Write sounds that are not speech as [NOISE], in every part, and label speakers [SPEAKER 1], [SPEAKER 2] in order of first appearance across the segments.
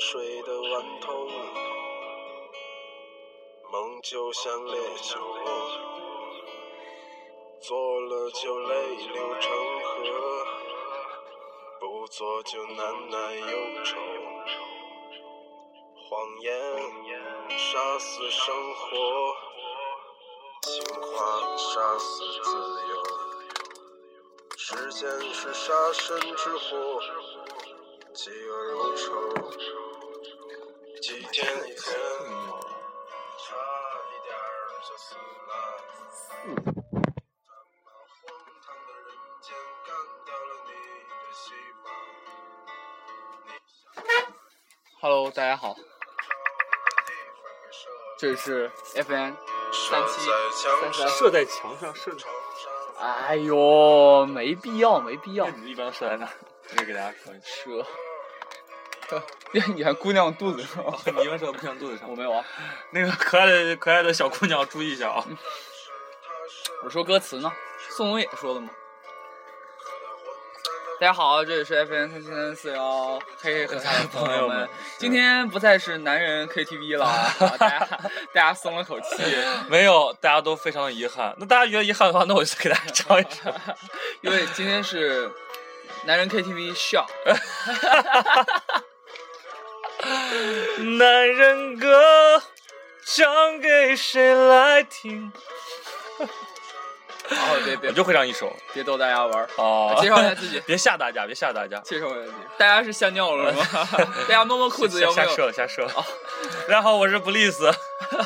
[SPEAKER 1] 水的顽童，梦就像烈酒，做了就泪流成河，不做就难耐忧愁。谎言杀死生活，情话杀死自由，时间是杀身之祸。饥饿如仇。几天以前，差一点儿就死了。他妈荒唐的人间干掉了你的希望。
[SPEAKER 2] Hello，大家好，这里是 FN。三七
[SPEAKER 1] 三
[SPEAKER 2] 三三
[SPEAKER 3] 射在墙上，射在
[SPEAKER 2] 哎呦，没必要，没必要
[SPEAKER 3] 那，你一般射在哪？这个给大家说一下。
[SPEAKER 2] 蛇。 [LAUGHS] 你还姑娘肚子上？
[SPEAKER 3] [LAUGHS] 你一般射在姑娘肚子
[SPEAKER 2] [LAUGHS]
[SPEAKER 3] 上
[SPEAKER 2] 我。没有啊。
[SPEAKER 3] 那个可爱的可爱的小姑娘，注意一下啊！
[SPEAKER 2] 我说歌词呢，宋冬野说的嘛。大家好，这里是 FM 三七三四幺，嘿嘿和他的朋友们，今天不再是男人 KTV 了， [LAUGHS] 啊，大家大家松了口气，
[SPEAKER 3] 没有，大家都非常的遗憾。那大家觉得遗憾的话，那我就给大家唱一首。
[SPEAKER 2] 因为今天是男人 KTV 笑，
[SPEAKER 3] [LAUGHS] 男人歌唱给谁来听？
[SPEAKER 2] 然后别
[SPEAKER 3] 我
[SPEAKER 2] 别
[SPEAKER 3] 就会唱一首
[SPEAKER 2] 别逗大家玩儿，
[SPEAKER 3] 哦。
[SPEAKER 2] 介绍一下自己
[SPEAKER 3] [LAUGHS] 别吓大家，别吓 [LAUGHS] 大家。
[SPEAKER 2] 介绍一下自己，大家是吓尿了吗？大家摸摸裤
[SPEAKER 3] [LAUGHS]
[SPEAKER 2] 子有没
[SPEAKER 3] 瞎
[SPEAKER 2] 有？
[SPEAKER 3] 射瞎射。 [LAUGHS] 大家好，我是 Bliss。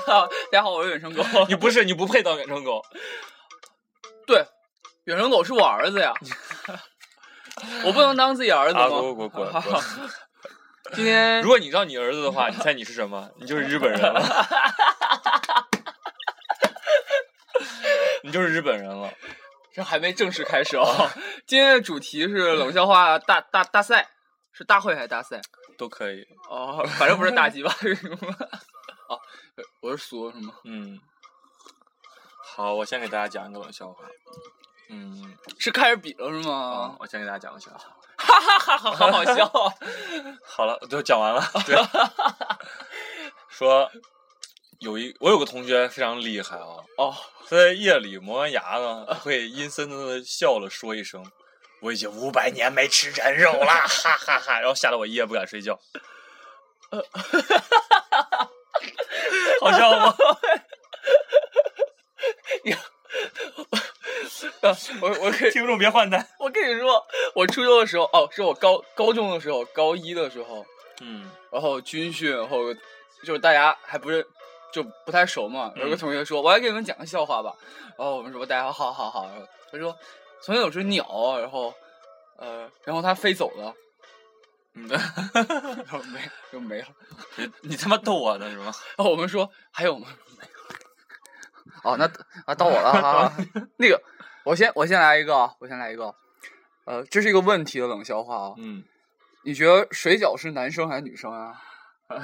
[SPEAKER 2] 大家好，我是远程狗，
[SPEAKER 3] [LAUGHS] 你不是，你不配当远程狗。
[SPEAKER 2] 对，远程狗是我儿子呀，我不能当自己儿子
[SPEAKER 3] 啊，
[SPEAKER 2] 吗？
[SPEAKER 3] 滚滚滚滚！滚
[SPEAKER 2] 今天
[SPEAKER 3] [LAUGHS] 如果你让你儿子的话，你猜你是什么？你就是日本人了。 [LAUGHS] 你就是日本人了，
[SPEAKER 2] 这还没正式开始哦。今天的主题是冷笑话大大大赛，是大会还是大赛？
[SPEAKER 3] 都可以。
[SPEAKER 2] 哦，反正不是大鸡巴是什么？哦，我是俗是吗？
[SPEAKER 3] 嗯，好，我先给大家讲一个冷笑话。嗯，
[SPEAKER 2] 是开始比了是
[SPEAKER 3] 啊，
[SPEAKER 2] 吗？
[SPEAKER 3] 我先给大家讲个笑话。
[SPEAKER 2] 哈哈哈哈，好好笑啊！
[SPEAKER 3] 好了，都讲完了。对，说有一我有个同学非常厉害啊、
[SPEAKER 2] 哦，
[SPEAKER 3] 他在夜里磨完牙 [LAUGHS] 呢，会阴森森的笑了，说一声：“我已经五百年没吃人肉了， [LAUGHS] 哈哈哈然后吓得我一夜不敢睡觉。好笑 [LAUGHS] 吗？
[SPEAKER 2] 我我可以，
[SPEAKER 3] 听众别换台。
[SPEAKER 2] 我跟你说，我初中的时候，哦，是我高高中的时候，高一的时候，
[SPEAKER 3] 嗯，
[SPEAKER 2] 然后军训然后，就是大家还不是就不太熟嘛。有个
[SPEAKER 3] 嗯
[SPEAKER 2] 同学说：“我来给你们讲个笑话吧。”然后我们说：“大家好好好好。”然后他说：“从前有只鸟，然后呃，然后它飞走了，然后没就没了。
[SPEAKER 3] 你他妈逗我呢是吗？
[SPEAKER 2] 然后我们说：“还有吗？” [LAUGHS] 没有。哦，那啊，到我了 [LAUGHS] 啊。那个，我先我先来一个，啊，我先来一个。呃，这是一个问题的冷笑话啊。
[SPEAKER 3] 嗯，
[SPEAKER 2] 你觉得水饺是男生还是女生啊？
[SPEAKER 3] 哎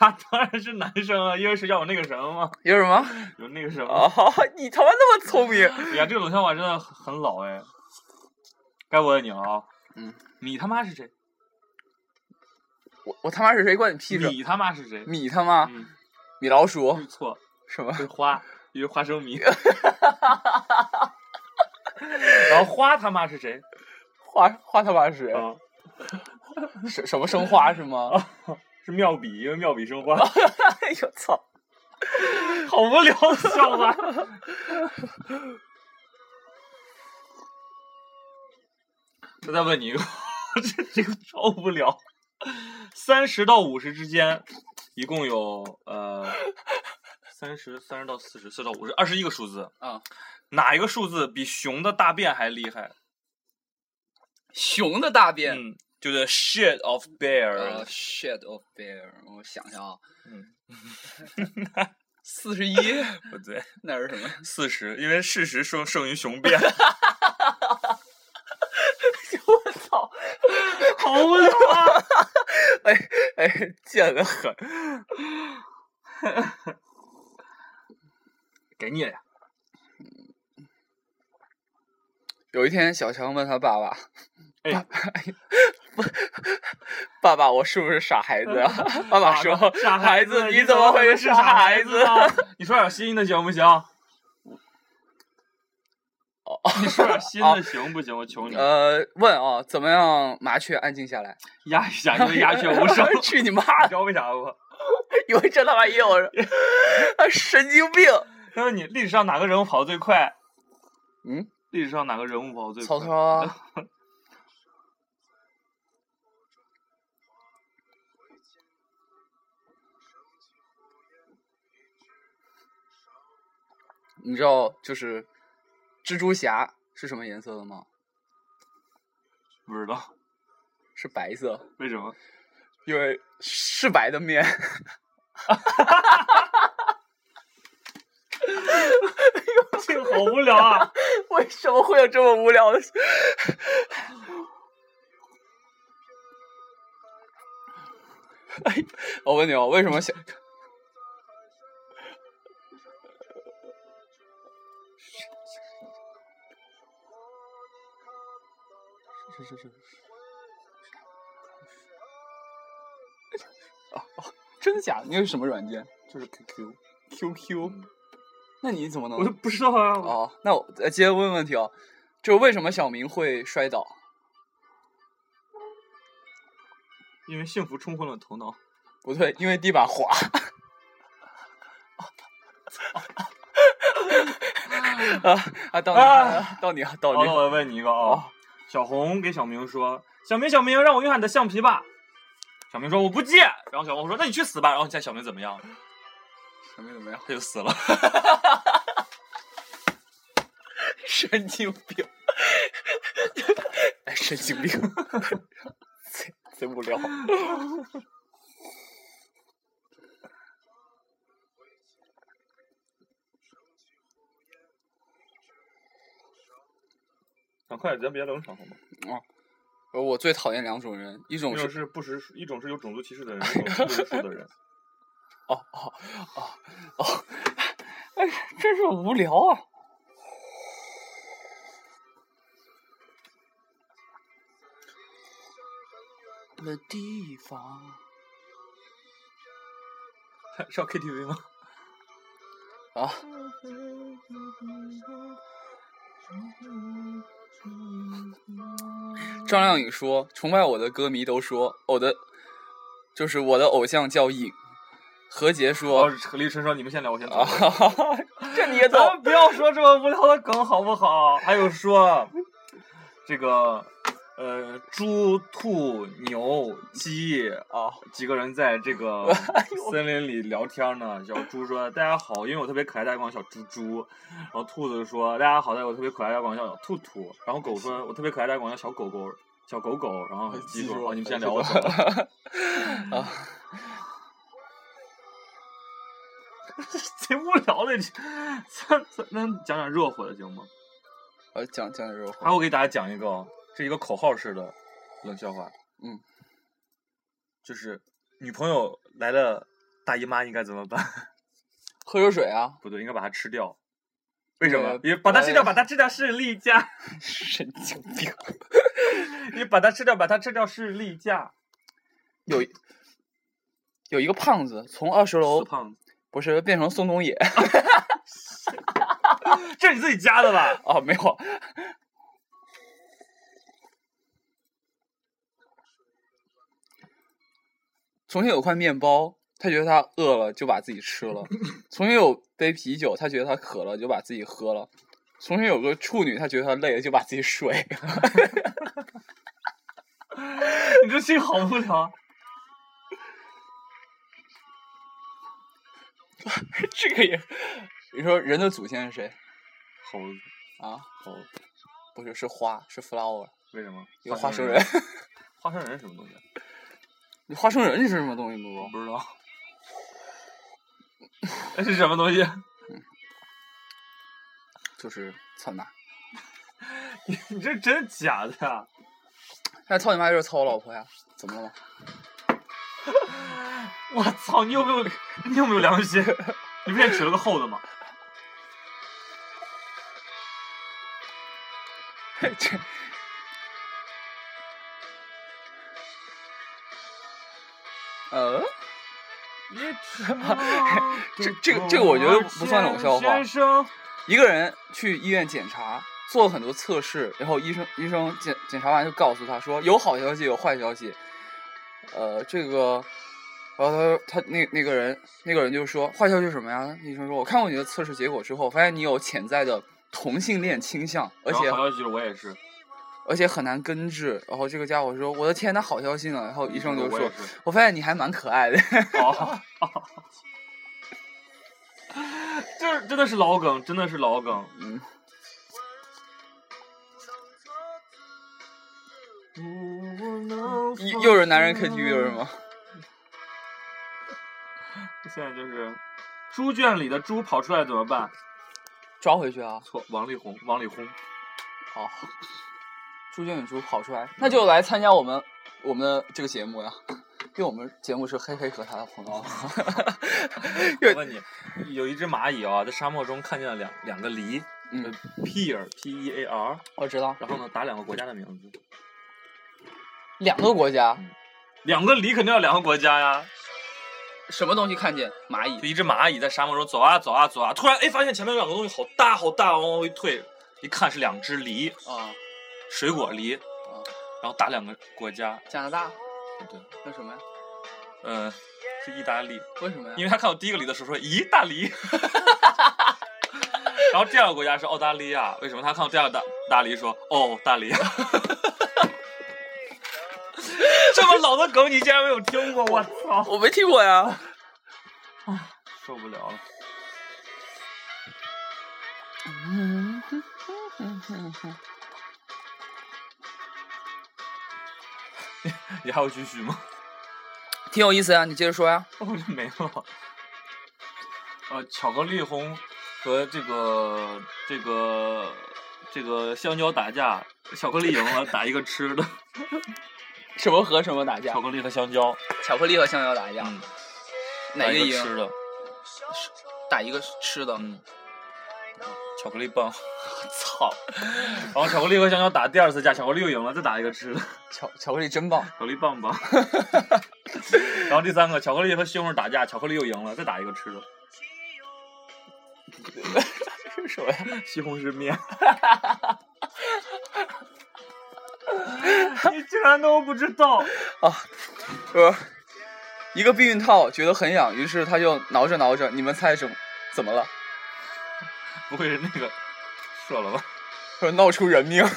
[SPEAKER 3] 呀，当然是男生啊，因为谁叫有那个什么嘛，
[SPEAKER 2] 有什么？
[SPEAKER 3] 有那个什么。
[SPEAKER 2] [LAUGHS] 哦，你他妈那么聪明。
[SPEAKER 3] 哎呀，这个冷笑话真的很很老哎。该我问你了啊，
[SPEAKER 2] 嗯，
[SPEAKER 3] 你他妈是谁？
[SPEAKER 2] [LAUGHS] 我我他妈是谁？关你屁事！
[SPEAKER 3] 你他妈是谁？
[SPEAKER 2] 米他妈，
[SPEAKER 3] 嗯，
[SPEAKER 2] 米老鼠
[SPEAKER 3] 没错，
[SPEAKER 2] 什么？
[SPEAKER 3] 是花，一个花生米。 [LAUGHS] 然后花他妈是谁？
[SPEAKER 2] 花花他妈是谁？
[SPEAKER 3] 啊，
[SPEAKER 2] 什什么生花是吗？
[SPEAKER 3] 是妙笔，因为妙笔生花。
[SPEAKER 2] [LAUGHS] 哎呦操！
[SPEAKER 3] 好无聊的笑话。 [LAUGHS] 我再问你一个，这这个超无聊。三十到五十之间，一共有呃三十三十到四十，四到五十，二十一个数字。
[SPEAKER 2] 啊，
[SPEAKER 3] 哪一个数字比熊的大便还厉害？
[SPEAKER 2] 熊的大便。
[SPEAKER 3] 嗯，就是 shit of bear、
[SPEAKER 2] 呃，shit of bear，我想想啊，
[SPEAKER 3] 嗯，
[SPEAKER 2] 四十一
[SPEAKER 3] 不对，
[SPEAKER 2] 那是什么？
[SPEAKER 3] 四十，因为事实胜胜于雄 [LAUGHS] 辩。
[SPEAKER 2] 我操！
[SPEAKER 3] 好无聊啊！
[SPEAKER 2] [LAUGHS] 哎哎，贱的很。
[SPEAKER 3] [LAUGHS] 给你了呀。
[SPEAKER 2] 有一天，小强问他爸爸：“
[SPEAKER 3] 哎，
[SPEAKER 2] 爸爸，我是不是傻孩子 [LAUGHS] 啊？爸爸说
[SPEAKER 3] 啊：“傻
[SPEAKER 2] 孩
[SPEAKER 3] 子，
[SPEAKER 2] 你怎么会
[SPEAKER 3] 是
[SPEAKER 2] 是傻
[SPEAKER 3] 孩
[SPEAKER 2] 孩子
[SPEAKER 3] 子？啊呢？ [LAUGHS] 你说点新的行不行？ [LAUGHS] 你说点新的行不行？我求你，
[SPEAKER 2] 呃，问啊、怎么样麻雀安静
[SPEAKER 3] [LAUGHS]
[SPEAKER 2] 下来？
[SPEAKER 3] 鸦一下，就鸦雀无 [LAUGHS] 声。你
[SPEAKER 2] [LAUGHS] 去你妈！
[SPEAKER 3] 知道为啥不？
[SPEAKER 2] 以为这他妈也有
[SPEAKER 3] [LAUGHS]
[SPEAKER 2] 人，啊，神经病！
[SPEAKER 3] 他说你历史上哪个人物跑得最快？
[SPEAKER 2] 嗯，
[SPEAKER 3] 历史上哪个人物跑得最快？
[SPEAKER 2] 曹操啊，你知道就是蜘蛛侠是什么颜色的吗？
[SPEAKER 3] 不知道
[SPEAKER 2] 是白色，
[SPEAKER 3] 为什么？
[SPEAKER 2] 因为是白的面。
[SPEAKER 3] 这个好无聊啊！
[SPEAKER 2] 为什么会有这么无聊的事？哎，我问你哦，为什么小
[SPEAKER 3] 是是是，
[SPEAKER 2] 哦真的假的？你有什么软件
[SPEAKER 3] 就是 QQ，
[SPEAKER 2] ？QQ？那你怎么
[SPEAKER 3] 我就
[SPEAKER 2] 能？
[SPEAKER 3] 不知道啊。
[SPEAKER 2] 哦，那我呃接着问问题哦，就是为什么小明会摔倒？
[SPEAKER 3] 因为幸福冲昏了头脑。
[SPEAKER 2] 不对，因为地板滑。 [LAUGHS] 啊啊！到你了
[SPEAKER 3] 啊，
[SPEAKER 2] 到你了，到
[SPEAKER 3] 好
[SPEAKER 2] 你
[SPEAKER 3] 了，
[SPEAKER 2] 了。
[SPEAKER 3] 我问你一个啊、小红给小明说：“小明，小明，让我用下你的橡皮吧。”小明说：“我不借。”然后小红说：“那你去死吧。”然后你猜小明怎么样？
[SPEAKER 2] 小明怎么样？
[SPEAKER 3] 他就死了。
[SPEAKER 2] 神经病，哎，神经病， [LAUGHS] 贼贼无聊。
[SPEAKER 3] 啊，快点，咱别冷场好吗？
[SPEAKER 2] 我最讨厌两种人，一
[SPEAKER 3] 一
[SPEAKER 2] 种
[SPEAKER 3] 种
[SPEAKER 2] 是
[SPEAKER 3] 是不识，一种是有种族歧视的人，一种是不识数的人。
[SPEAKER 2] 哦哦哦哦，哎，真是 [LAUGHS] 无聊啊！的地方
[SPEAKER 3] 是要 KTV 吗？
[SPEAKER 2] 啊，张靓颖说：“崇拜我的歌迷都说我的，就是我的偶像叫尹。”何洁说：“
[SPEAKER 3] 哦，李宇春说：“你们先聊，我先走。
[SPEAKER 2] [LAUGHS] 啊，哈哈哈，这你也懂？
[SPEAKER 3] 哦咱们不要说这么无聊的梗好不好？还有说这个呃，猪、兔、牛、鸡
[SPEAKER 2] 啊，
[SPEAKER 3] 几个人在这 [LAUGHS] 个森林里聊天呢。小猪说：“大家好，因为我特别可爱，大家管我小猪猪。”然后兔子说：“大家好，大家我特别可爱，大家管我叫小兔兔。”然后狗说：“我特别可爱，大家管我叫小狗狗。”小狗狗，然后鸡 [LAUGHS] 说：“哦，你们先聊，我走
[SPEAKER 2] [LAUGHS]
[SPEAKER 3] 了。
[SPEAKER 2] 啊，
[SPEAKER 3] [LAUGHS] 贼无聊的，这咱咱咱讲讲热乎的行吗？
[SPEAKER 2] 呃，讲讲点肉
[SPEAKER 3] 然后我给大家讲一个哦，这一个口号式的冷笑话。
[SPEAKER 2] 嗯，
[SPEAKER 3] 就是女朋友来了，大姨妈应该怎么办？
[SPEAKER 2] 喝热水啊，
[SPEAKER 3] [LAUGHS] 不对，应该把它吃掉。为什么
[SPEAKER 2] 对？
[SPEAKER 3] 也把它吃掉，
[SPEAKER 2] 哎
[SPEAKER 3] 把它吃掉是例假。
[SPEAKER 2] 神经病。
[SPEAKER 3] 你把它吃掉，把它吃掉是例假。
[SPEAKER 2] 有一有一个胖子从二十楼
[SPEAKER 3] 死胖子，
[SPEAKER 2] 不是变成宋冬野
[SPEAKER 3] 这是你自己加的吧？ [LAUGHS]
[SPEAKER 2] 啊，没有，重庆有块面包，他觉得他饿了就把自己吃 [LAUGHS] 了；重庆有杯啤酒，他觉得他渴了就把自己喝了；重庆有个处女，他觉得他累了就把自己睡。 [LAUGHS]
[SPEAKER 3] 你这心好无
[SPEAKER 2] [LAUGHS]
[SPEAKER 3] 聊。
[SPEAKER 2] 这个也，你说人的祖先是谁
[SPEAKER 3] 猴子，
[SPEAKER 2] 啊？
[SPEAKER 3] 猴子，
[SPEAKER 2] 不是，是花，是 flower，
[SPEAKER 3] 为什么？
[SPEAKER 2] 有花生仁。。
[SPEAKER 3] 花生仁是什么东西？啊
[SPEAKER 2] 你 [LAUGHS] 花生仁是什么东西
[SPEAKER 3] 我
[SPEAKER 2] 不？
[SPEAKER 3] 不知道。 [LAUGHS] 那是什么东西？啊
[SPEAKER 2] 就是操你妈！
[SPEAKER 3] [LAUGHS] 你这真假的啊呀？
[SPEAKER 2] 但是操你妈就是操我老婆呀？怎么了吗？
[SPEAKER 3] [LAUGHS] 我操！你有没有你有没有良心？你不是也娶了个厚的吗？ [LAUGHS]
[SPEAKER 2] 这呃，
[SPEAKER 3] 也只能
[SPEAKER 2] [LAUGHS] 这这个这个我觉得不算冷笑话
[SPEAKER 3] 哦先生
[SPEAKER 2] 一个人去医院检查，做了很多测试，然后医生医生检检查完就告诉他说有好消息有坏消息，呃，这个，然后他说他那那个人那个人就说坏消息是什么呀？医生说我看过你的测试结果之后，发现你有潜在的同性恋倾向，而且
[SPEAKER 3] 然后好消息是我也是，
[SPEAKER 2] 而且很难根治。然后这个家伙说我的天，那好消息呢？然后医生就
[SPEAKER 3] 我
[SPEAKER 2] 说
[SPEAKER 3] 也是
[SPEAKER 2] 嗯我发现你还蛮可爱的。 [LAUGHS]
[SPEAKER 3] 哦， [LAUGHS] 这真的是老梗，真的是老梗。
[SPEAKER 2] 嗯，
[SPEAKER 3] 嗯
[SPEAKER 2] 又又是男人 KTV 了是吗？
[SPEAKER 3] 现在就是猪圈里的猪跑出来怎么办？
[SPEAKER 2] 抓回去啊！
[SPEAKER 3] 错，王力宏，王力宏，
[SPEAKER 2] 好，朱建宇猪跑出来，那就来参加我们我们的这个节目呀，因为我们节目是黑黑和他的朋 [LAUGHS] 友。啊
[SPEAKER 3] [LAUGHS] 我问你，有一只蚂蚁啊，在沙漠中看见了两两个梨，
[SPEAKER 2] 嗯，
[SPEAKER 3] pear p e a r，
[SPEAKER 2] 我知道，
[SPEAKER 3] 然后呢打两个国家的名字，
[SPEAKER 2] 两个国家，
[SPEAKER 3] 两个梨肯定要两个国家呀。
[SPEAKER 2] 什么东西看见蚂
[SPEAKER 3] 就
[SPEAKER 2] 蚁？
[SPEAKER 3] 一只蚂蚁在沙漠中走啊走啊走啊，突然哎发现前面有两个东西好大好大，往后一退，一看是两只梨，
[SPEAKER 2] 啊，
[SPEAKER 3] 水果梨，然后打两个国家，
[SPEAKER 2] 加拿大，
[SPEAKER 3] 不对，
[SPEAKER 2] 那什么呀？
[SPEAKER 3] 嗯，是意大利，
[SPEAKER 2] 为什么呀？
[SPEAKER 3] 因为他看我第一个梨的 [LAUGHS] 时候说意大利，然后第二个国家是澳大利亚，为什么他看我第二个大大梨说哦大利亚？ [LAUGHS] 这么老的梗你竟然没有听过，我操！
[SPEAKER 2] 我没听过呀。
[SPEAKER 3] 受不了了。 [LAUGHS] 你还有继续吗？
[SPEAKER 2] 挺有意思呀，你接着说呀。
[SPEAKER 3] 我就没了。呃，巧克力烘和这个这个这个香蕉打架，巧克力赢了，打一个吃
[SPEAKER 2] [LAUGHS]
[SPEAKER 3] 的。
[SPEAKER 2] 什么和什么打架
[SPEAKER 3] 巧？克力和香蕉，
[SPEAKER 2] 巧克力和香蕉打架，
[SPEAKER 3] 嗯，
[SPEAKER 2] 哪
[SPEAKER 3] 打
[SPEAKER 2] 个
[SPEAKER 3] 一
[SPEAKER 2] 赢？
[SPEAKER 3] 吃的？
[SPEAKER 2] 打一个吃的。
[SPEAKER 3] 嗯，巧克力棒。 [LAUGHS] 操！然后巧克力和香蕉打第二次架，巧克力又赢了，再打一个吃的。
[SPEAKER 2] 巧巧克力真 [LAUGHS] 棒。
[SPEAKER 3] 巧克力棒棒。然后第三个，巧克力和西红柿打架，巧克力又赢了，再打一个吃的。
[SPEAKER 2] 是什么呀？
[SPEAKER 3] [LAUGHS] 西红柿面。你竟然都不知道？
[SPEAKER 2] 呃，一个避孕套觉得很痒，于是他就挠着挠着，你们猜怎么怎么了？
[SPEAKER 3] [LAUGHS] 不会是那个射了吧？
[SPEAKER 2] 说闹出人命。 [LAUGHS]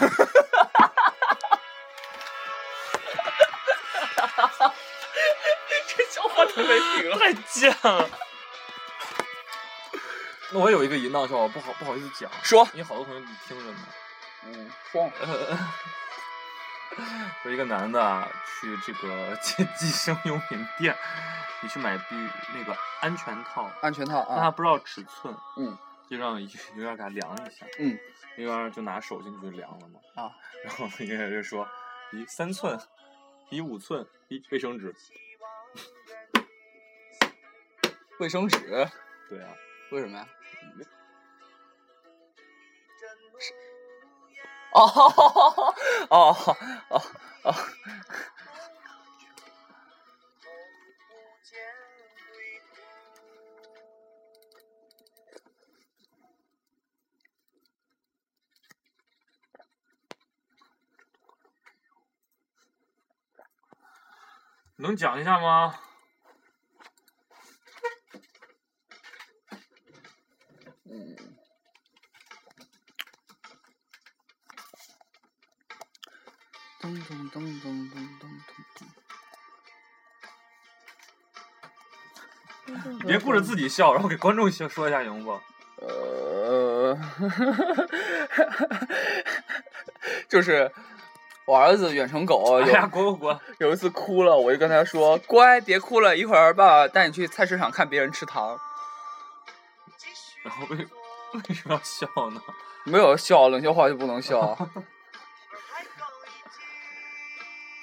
[SPEAKER 2] 这笑话真没停了。
[SPEAKER 3] 太贱了！那我有一个淫荡笑话，不好不好意思讲，
[SPEAKER 2] [LAUGHS] 说，
[SPEAKER 3] 因为好多朋友听着呢。
[SPEAKER 2] 嗯，说，
[SPEAKER 3] 有一个男的啊，去这个 [LAUGHS] 寄寄生用品店，你去买避那个安全套，
[SPEAKER 2] 安全套
[SPEAKER 3] 但他
[SPEAKER 2] 啊，
[SPEAKER 3] 不知道尺寸，
[SPEAKER 2] 嗯，
[SPEAKER 3] [LAUGHS] 就让医医院给他量一下，
[SPEAKER 2] 嗯，
[SPEAKER 3] 医院就拿手进去量了嘛，
[SPEAKER 2] 啊，
[SPEAKER 3] 然后医院就说，咦，三寸，咦，五寸，咦，卫生纸，
[SPEAKER 2] 卫生纸，
[SPEAKER 3] 对啊，
[SPEAKER 2] 为什么呀？哦 [LAUGHS] 哦哦哦哦！
[SPEAKER 3] 能讲一下吗？
[SPEAKER 2] 咚咚咚咚咚咚咚
[SPEAKER 3] 你别顾着自己笑，然后给观众先说一下行不？
[SPEAKER 2] 呃， [LAUGHS] 就是我儿子远程狗
[SPEAKER 3] 哎
[SPEAKER 2] 有
[SPEAKER 3] 呀，滚滚滚！
[SPEAKER 2] 有一次哭了，我就跟他说：“乖，别哭了，一会儿爸爸带你去菜市场看别人吃糖。
[SPEAKER 3] 然后为为什么要笑呢？”
[SPEAKER 2] 没有笑，冷笑话就不能
[SPEAKER 3] [LAUGHS]
[SPEAKER 2] 笑啊。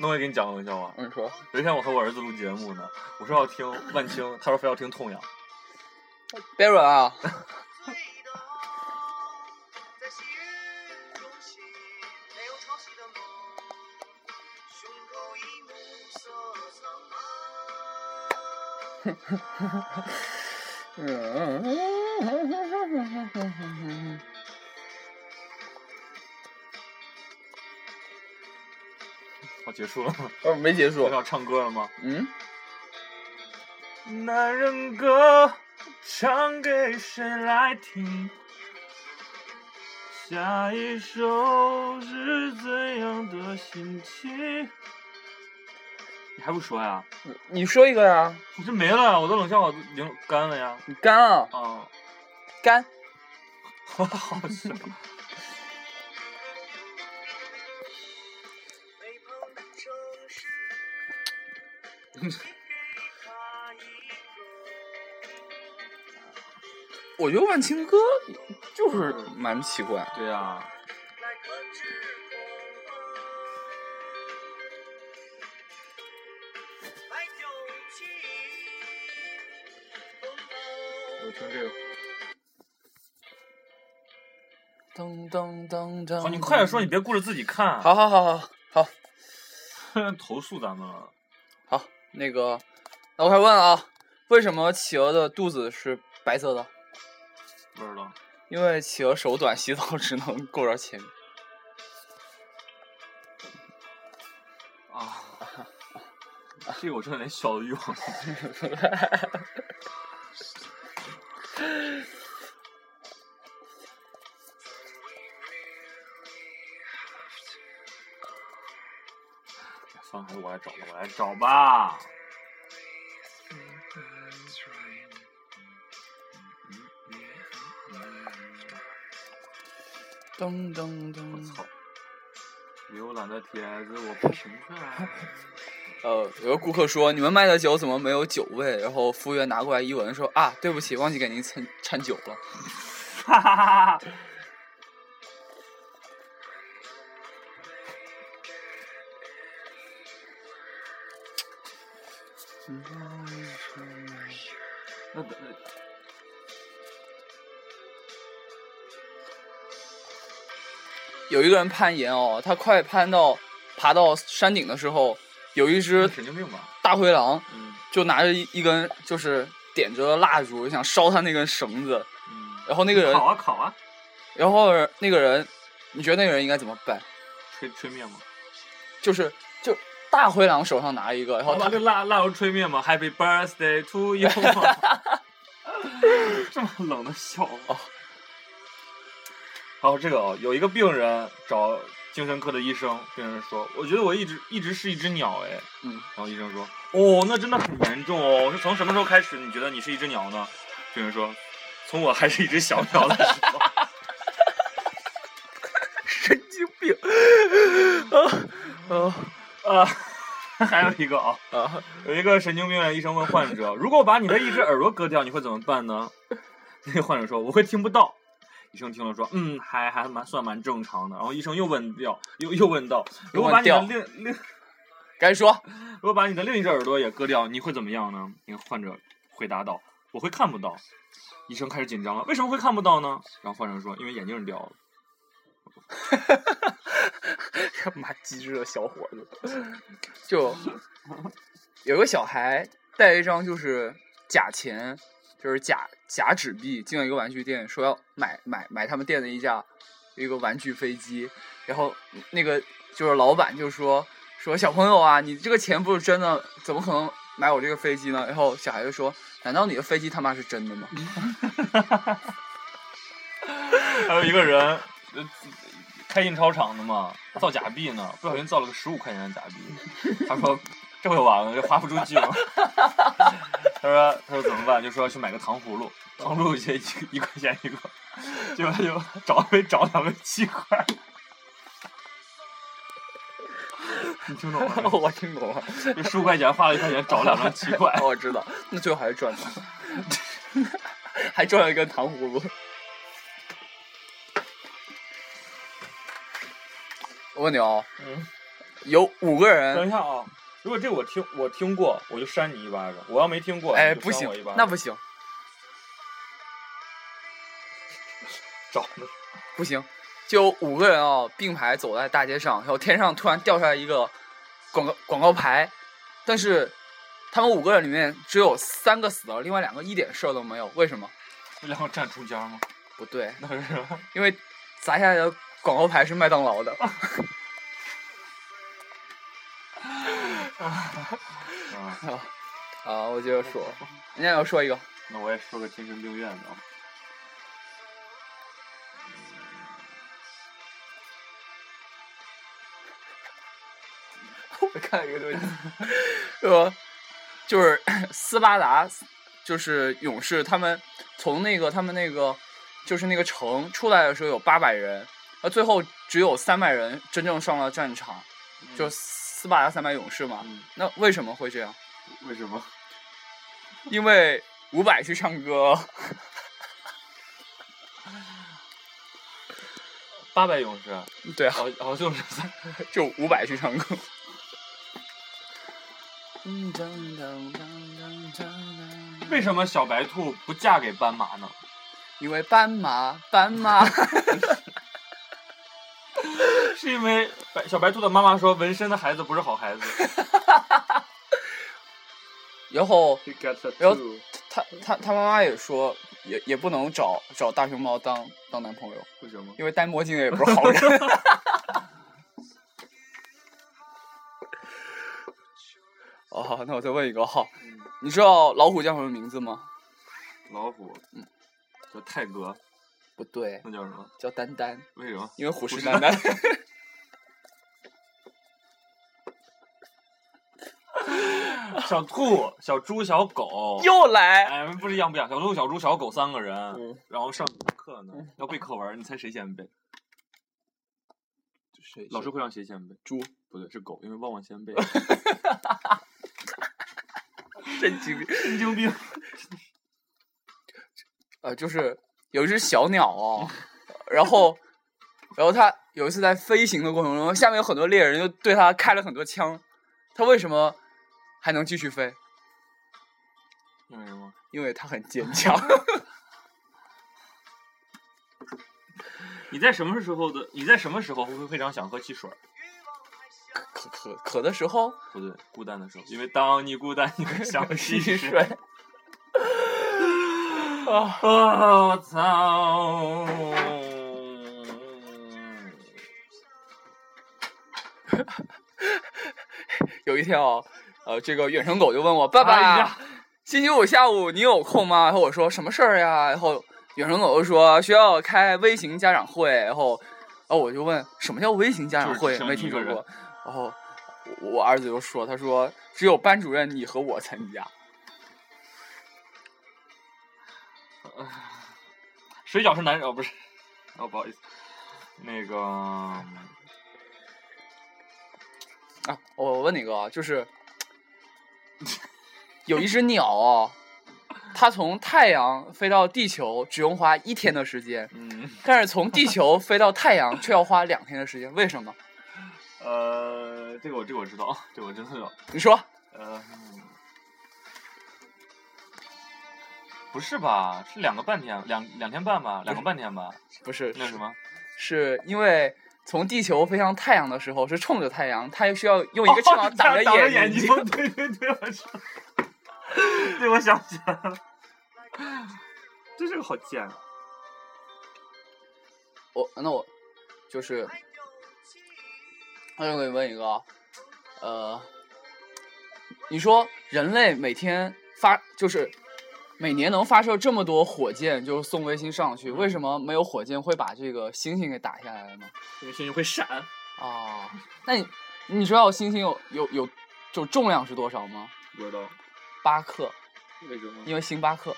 [SPEAKER 3] 那我也给你讲个冷笑话。
[SPEAKER 2] 我跟你说，
[SPEAKER 3] 有一天我和我儿子录节目呢，我说要听万青，他说非要听痛痒。
[SPEAKER 2] b a r o n
[SPEAKER 3] [LAUGHS]
[SPEAKER 2] 啊，嗯，
[SPEAKER 3] 好，结束了吗？
[SPEAKER 2] 哦，没结束
[SPEAKER 3] 要。要唱歌了吗？
[SPEAKER 2] 嗯，
[SPEAKER 3] 男人歌唱给谁来听？下一首是怎样的心情？你还不说呀？
[SPEAKER 2] 你说一个呀。
[SPEAKER 3] 我这没了，我的冷笑话都已经干了呀。
[SPEAKER 2] 你干啊，
[SPEAKER 3] 啊，
[SPEAKER 2] 干。
[SPEAKER 3] 好好笑。
[SPEAKER 2] 我觉得万青哥就是蛮奇怪。
[SPEAKER 3] 对啊呀、我听这个。
[SPEAKER 2] 噔噔噔噔。
[SPEAKER 3] 好、哦你快点说，你。别顾着自己看。啊
[SPEAKER 2] 好，好好好好
[SPEAKER 3] [LAUGHS] 投诉咱们了。
[SPEAKER 2] 好，那个，那我还问啊，为什么企鹅的肚子是白色的？
[SPEAKER 3] 不知道，
[SPEAKER 2] 因为企鹅手短，洗澡只能够着前面。
[SPEAKER 3] 啊，这个我真的连笑都用了。 [LAUGHS] 算了，还是我来找吧，我来找吧。
[SPEAKER 2] 噔噔
[SPEAKER 3] 我
[SPEAKER 2] 噔。
[SPEAKER 3] 操！浏览的帖子我不啊评论。
[SPEAKER 2] 呃，有个顾客说：“你们卖的酒怎么没有酒味？”然后服务员拿过来一闻，说：“啊，对不起，忘记给您掺掺酒了。
[SPEAKER 3] 哈哈哈哈！那等
[SPEAKER 2] 有一个人攀岩哦，他快攀到爬到山顶的时候，有一
[SPEAKER 3] 那
[SPEAKER 2] 只
[SPEAKER 3] 神经病吧？
[SPEAKER 2] 大灰狼
[SPEAKER 3] 嗯
[SPEAKER 2] 就拿着一一根就是点着蜡烛，想烧他那根绳子。
[SPEAKER 3] 嗯，
[SPEAKER 2] 然后那个人
[SPEAKER 3] 烤，啊烤啊，
[SPEAKER 2] 然后那个人，你觉得那个人应该怎么办？
[SPEAKER 3] 吹吹灭吗？
[SPEAKER 2] 就是就大灰狼手上拿一个，然后
[SPEAKER 3] 好，
[SPEAKER 2] 他
[SPEAKER 3] 把这蜡蜡烛吹灭吗？Happy birthday to you！这么冷的笑话。还有这个哦，有一个病人找精神科的医生，病人说：“我觉得我一直一直是一只鸟。”哎，
[SPEAKER 2] 嗯，
[SPEAKER 3] 然后医生说：“哦，那真的很严重哦。是从什么时候开始你觉得你是一只鸟呢？”病人说：“从我还是一只小鸟的时候。
[SPEAKER 2] 神经 [LAUGHS] 病啊”
[SPEAKER 3] [LAUGHS] 呃，还有一个啊、
[SPEAKER 2] 啊啊！
[SPEAKER 3] 有一个神经病的医生问患者：“ [LAUGHS] 如果把你的一只耳朵割掉，你会怎么办呢？” [LAUGHS] 那个患者说：“我会听不到。”医生听了说：“嗯，还还蛮算蛮正常的。”然后医生又问掉，又又问道：“如果把你的
[SPEAKER 2] 又问
[SPEAKER 3] 另另
[SPEAKER 2] 该说
[SPEAKER 3] 如果把你的另一只耳朵也割掉，你会怎么样呢？”那个患者回答道：“我会看不到。”医生开始紧张了：“为什么会看不到呢？”然后患者说：“因为眼镜掉了。
[SPEAKER 2] [LAUGHS] 他妈机智的小伙子，就有个小孩带一张就是假钱，就是假假纸币，进了一个玩具店，说要买买买他们店的一架一个玩具飞机，然后那个就是老板就说说小朋友啊，你这个钱不是真的，怎么可能买我这个飞机呢？然后小孩就说，难道你的飞机他妈是真的吗？” [LAUGHS]
[SPEAKER 3] [LAUGHS] 还有一个人，呃，开印钞厂的嘛，造假币呢，不小心造了个十五块钱的假币。他说：“这回完了，这花不出去了。” [LAUGHS] 他说：“他说怎么办？就说去买个糖葫芦，糖葫芦也一一块钱一个，结果他就找没找两个七块。” [LAUGHS] 你听懂 [LAUGHS] 了吗？
[SPEAKER 2] 我听懂了，，
[SPEAKER 3] 这十五块钱花了一块钱找两张七块
[SPEAKER 2] 我哦知道，那最后还是赚到了， [LAUGHS] 还赚了一根糖葫芦。我问你哦，
[SPEAKER 3] 嗯
[SPEAKER 2] 有五个
[SPEAKER 3] [LAUGHS] 等
[SPEAKER 2] 人，
[SPEAKER 3] 一下啊！如果这我听我听过，我就扇你一巴掌；我要没听过，
[SPEAKER 2] 哎，
[SPEAKER 3] 你就
[SPEAKER 2] 不
[SPEAKER 3] 扇
[SPEAKER 2] 行
[SPEAKER 3] 我一巴，掌
[SPEAKER 2] 那不行，
[SPEAKER 3] 找呢。
[SPEAKER 2] 不行，就有五个人哦，并排走在大街上，然后天上突然掉下来一个广告广告牌，但是他们五个人里面只有三个死了，另外两个一点事儿都没有，为什么？
[SPEAKER 3] 这两个站中间吗？
[SPEAKER 2] 不对，
[SPEAKER 3] 那 [LAUGHS] 是什么？
[SPEAKER 2] 因为砸下来的广告牌是麦当劳的。
[SPEAKER 3] 啊，
[SPEAKER 2] 啊，我接着 [LAUGHS] 说，人家要说一个，
[SPEAKER 3] 那我也说个精神病院的啊。
[SPEAKER 2] [LAUGHS] 我看了一个东西， [LAUGHS] 说就是 [COUGHS] 斯巴达，就是勇士，他们从那个他们那个就是那个城出来的时候有八百人，而最后只有三百人真正上了战场，就斯巴达三百勇士嘛。
[SPEAKER 3] 嗯
[SPEAKER 2] 那为什么会这样？
[SPEAKER 3] 为什么？
[SPEAKER 2] 因为伍佰去唱歌，
[SPEAKER 3] [LAUGHS]
[SPEAKER 2] [LAUGHS]
[SPEAKER 3] 八百勇士，
[SPEAKER 2] 对啊，
[SPEAKER 3] 好好就是三。
[SPEAKER 2] 就伍佰去唱歌。
[SPEAKER 3] 为什么小白兔不嫁给斑马呢？ [LAUGHS]
[SPEAKER 2] 因为斑马，斑马。 [LAUGHS]
[SPEAKER 3] 是因为白小白兔的妈妈说纹身的孩子不是好 [LAUGHS] 孩子。
[SPEAKER 2] 然后
[SPEAKER 3] You got the
[SPEAKER 2] 然后他他他妈妈也说，也也不能找找大熊猫当当男朋友，
[SPEAKER 3] 为什么？
[SPEAKER 2] 因为戴墨镜的也不是好人。 [LAUGHS] 哦，好，那我再问一个哈，你知道老虎叫什么名字吗？
[SPEAKER 3] 老虎，嗯叫泰哥，
[SPEAKER 2] 不对，
[SPEAKER 3] 那叫什么？
[SPEAKER 2] 叫丹丹，
[SPEAKER 3] 为什么？
[SPEAKER 2] 因为虎视
[SPEAKER 3] 虎视
[SPEAKER 2] 眈眈。
[SPEAKER 3] [LAUGHS] 小兔、小猪、小狗。
[SPEAKER 2] [LAUGHS] 又 [LAUGHS] 来，
[SPEAKER 3] 哎，不是一样不一样，小兔、小猪、小狗三个人，
[SPEAKER 2] 嗯
[SPEAKER 3] 然后上课呢，要背课文，你猜谁先背？老师会让谁先背？
[SPEAKER 2] 猪，
[SPEAKER 3] 不对，是狗，因为旺旺先背。
[SPEAKER 2] [LAUGHS] 神经病。
[SPEAKER 3] 神经病！
[SPEAKER 2] 呃，就是有一只小鸟哦，然后，然后它有一次在飞行的过程中，下面有很多猎人就对它开了很多枪，它为什么还能继续飞？
[SPEAKER 3] 因为什么？
[SPEAKER 2] 因为它很坚强。 [LAUGHS]
[SPEAKER 3] 你在什么时候的？你在什么时候会非常想喝汽水？
[SPEAKER 2] 渴渴渴的时候，
[SPEAKER 3] 不对，孤单的时候，因为当你孤单，你
[SPEAKER 2] [LAUGHS]
[SPEAKER 3] 会想
[SPEAKER 2] 吸
[SPEAKER 3] 汽
[SPEAKER 2] 水。
[SPEAKER 3] 水。啊！我操！
[SPEAKER 2] 有一天哦，呃，这个远程狗就问我 [LAUGHS] 爸
[SPEAKER 3] 哎
[SPEAKER 2] 爸
[SPEAKER 3] 呀，
[SPEAKER 2] 星期五下午你有空吗？然后我说什么事儿呀？然后远程狗就说学校开微型家长会，然后，然后我就问什么叫微型家长会，
[SPEAKER 3] 就是只剩
[SPEAKER 2] 没听
[SPEAKER 3] 你一个
[SPEAKER 2] 说
[SPEAKER 3] 人
[SPEAKER 2] 过。然后我我儿子就说，他说只有班主任你和我参加。
[SPEAKER 3] 水饺是男人哦，不是，哦，不好意思，那个
[SPEAKER 2] 啊，我问你个啊，就是有一只鸟啊， [LAUGHS] 它从太阳飞到地球只用花一天的时间，
[SPEAKER 3] 嗯
[SPEAKER 2] 但是从地球飞到太阳却要花两天的时间，为什么？
[SPEAKER 3] 呃，这个我这个我知道，这个我真的知道。
[SPEAKER 2] 你说
[SPEAKER 3] 呃，不是吧？是两个半天，两两天半吧，两个半天吧？
[SPEAKER 2] 不是？
[SPEAKER 3] 那什么？
[SPEAKER 2] 是因为从地球飞向太阳的时候是冲着太阳，哦它需要用一个翅
[SPEAKER 3] 哦
[SPEAKER 2] 膀挡着
[SPEAKER 3] 着
[SPEAKER 2] 眼睛。
[SPEAKER 3] 睛。 [LAUGHS] 对对对，我知道。对，我想起来了。这是个好贱啊！
[SPEAKER 2] [LAUGHS] 我那我就是，那我给你问一个啊，呃，你说人类每天发就是每年能发射这么多火箭，就是送卫星上去，为什么没有火箭会把这个星星给打下来呢？
[SPEAKER 3] 因为星星会闪，
[SPEAKER 2] 啊，那你你知道星星有有有就重量是多少吗？
[SPEAKER 3] 不知道
[SPEAKER 2] 八克，
[SPEAKER 3] 为什么
[SPEAKER 2] 因为星巴克。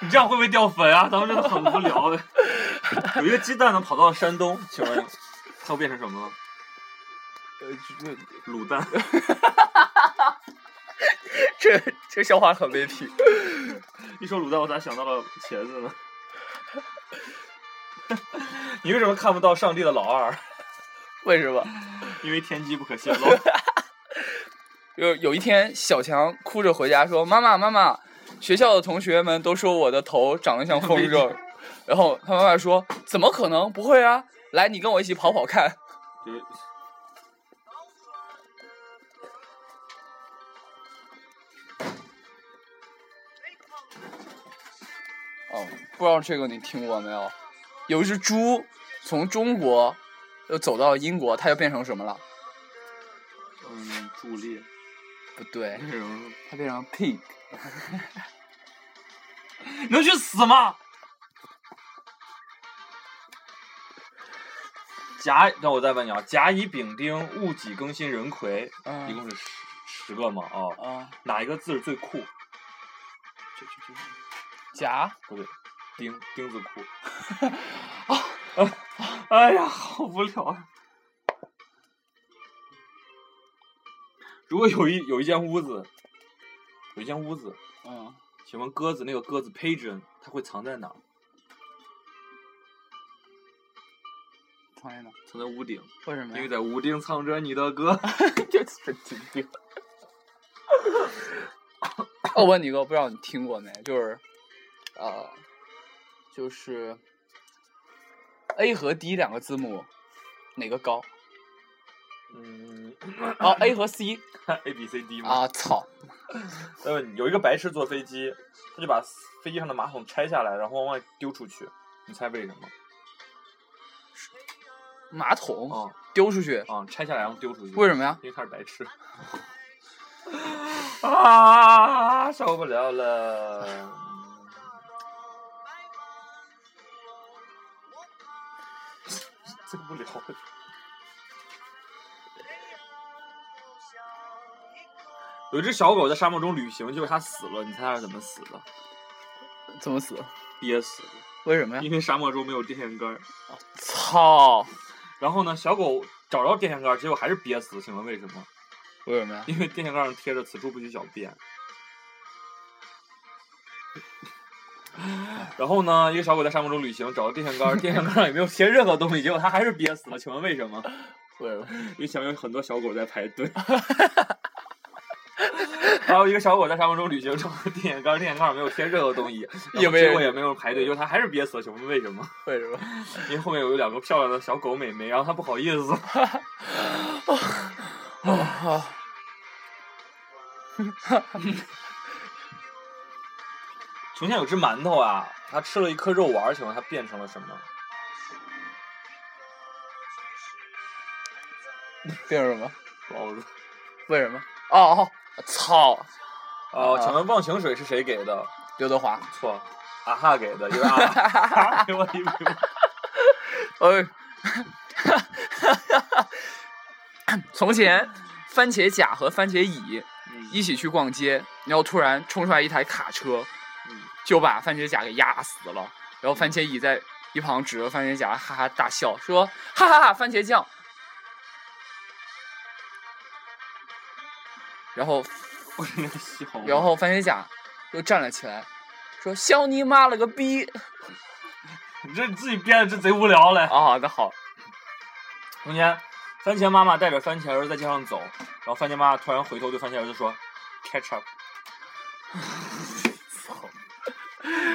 [SPEAKER 3] 你这样会不会掉粉啊？咱们真的很无聊的。 [LAUGHS] 有一个鸡蛋呢，跑到了山东，请问它会变成什么？
[SPEAKER 2] 呃，这
[SPEAKER 3] 卤蛋。
[SPEAKER 2] [LAUGHS] 这这这笑话很没品。
[SPEAKER 3] [LAUGHS] 一说卤蛋，我咋想到了茄子呢？ [LAUGHS] 你为什么看不到上帝的老二？
[SPEAKER 2] 为什么？
[SPEAKER 3] 因为天机不可泄 [LAUGHS] 露。
[SPEAKER 2] 有有一天，小强哭着回家说：“妈妈，妈妈，学校的同学们都说我的头长得像风筝。”然后他妈妈说：“怎么可能？不会啊！来，你跟我一起跑跑看。
[SPEAKER 3] 就
[SPEAKER 2] 嗯，不知道这个你听过没有？有一只猪从中国又走到英国，它又变成什么了？
[SPEAKER 3] 嗯，助力
[SPEAKER 2] 不对，
[SPEAKER 3] 那种，
[SPEAKER 2] 它变成 pig。
[SPEAKER 3] 能去死吗？甲，那我再问你啊，甲乙丙丁戊己庚辛壬癸，一
[SPEAKER 2] 嗯
[SPEAKER 3] 共是十十个嘛？啊，
[SPEAKER 2] 啊，
[SPEAKER 3] 哪一个字儿最酷？
[SPEAKER 2] 这这这甲
[SPEAKER 3] 不对，丁丁字裤。 [LAUGHS] 啊啊！哎呀，好无聊啊！如果有一有一间屋子，有一间屋子，
[SPEAKER 2] 嗯
[SPEAKER 3] 请问鸽子那个鸽子 pigeon 它会藏在哪儿？
[SPEAKER 2] 藏在哪？
[SPEAKER 3] 藏在屋顶，
[SPEAKER 2] 为什么
[SPEAKER 3] 因为
[SPEAKER 2] 呀？
[SPEAKER 3] 在屋顶藏着你的 [LAUGHS] 歌。
[SPEAKER 2] 这神经 [LAUGHS] 病。我问你一个，不知道你听过没？就是，呃，就是 A 和 D 两个字母哪个高？
[SPEAKER 3] [LAUGHS] 嗯
[SPEAKER 2] 哦，A 和 C
[SPEAKER 3] ，A B C D 嘛。
[SPEAKER 2] 啊，操！
[SPEAKER 3] 呃，有一个白痴坐飞机，他就把飞机上的马桶拆下来，然后往外丢出去。你猜为什么？
[SPEAKER 2] 马桶
[SPEAKER 3] 啊
[SPEAKER 2] 丢出去，
[SPEAKER 3] 啊、拆下来然后丢出去。
[SPEAKER 2] 为什么呀？
[SPEAKER 3] 因为他是白痴。啊，受不了了！最无聊的。有一只小狗在沙漠中旅行，结果它死了。你猜它是怎么死的？
[SPEAKER 2] 怎么死？
[SPEAKER 3] 憋死的，
[SPEAKER 2] 为什么呀？
[SPEAKER 3] 因为沙漠中没有电线杆儿。
[SPEAKER 2] 操！
[SPEAKER 3] 然后呢，小狗找着电线杆儿，结果还是憋死。请问为什么？
[SPEAKER 2] 为什么呀？
[SPEAKER 3] 因为电线杆上贴着“此处不许小便”。
[SPEAKER 2] 哎
[SPEAKER 3] [LAUGHS] 然后呢，一个小狗在沙漠中旅行，找到电线杆儿，电线杆上也没有贴任何东西，结果它还是憋死了。请问为什么？
[SPEAKER 2] 为什么？
[SPEAKER 3] 因为前面有很多小狗在排
[SPEAKER 2] [LAUGHS]
[SPEAKER 3] 队。还有一个小狗在沙漠中旅行，找到电线杆儿，电线杆上没有贴任何东西，
[SPEAKER 2] 也没
[SPEAKER 3] 没
[SPEAKER 2] 人
[SPEAKER 3] 结果也没有人排队，结果它还是憋死了。请问为什么？
[SPEAKER 2] 为什么？
[SPEAKER 3] 因为后面有两个漂亮的小狗美眉，然后它不好意思。
[SPEAKER 2] [LAUGHS] 啊！
[SPEAKER 3] 从前有只馒头啊，它吃了一颗肉丸儿，请问它变成了什么？
[SPEAKER 2] 变成什么？
[SPEAKER 3] 包子。
[SPEAKER 2] 为什么？哦哦！操！
[SPEAKER 3] 哦，
[SPEAKER 2] 啊
[SPEAKER 3] 请问忘情水是谁给的？
[SPEAKER 2] 刘德华。
[SPEAKER 3] 错，阿哈给
[SPEAKER 2] [LAUGHS]
[SPEAKER 3] 的，因啊为阿哈给我一瓶。
[SPEAKER 2] 哎， [LAUGHS] 从前，番茄甲和番茄乙一起去逛街，然后突然冲出来一台卡车，
[SPEAKER 3] 嗯
[SPEAKER 2] 就把番茄甲给压死了。然后番茄乙在一旁指着番茄甲哈哈大笑，说：“哈哈哈番茄酱。”然后，
[SPEAKER 3] 我真的笑。
[SPEAKER 2] 然后番茄甲又站了起来，说：“笑你妈了个逼
[SPEAKER 3] 你这自己编的，这贼无聊！”嘞。
[SPEAKER 2] 啊，那好，
[SPEAKER 3] 从前，番茄妈妈带着番茄儿在街上走，然后番茄妈妈突然回头对番茄儿子说：“catch up。”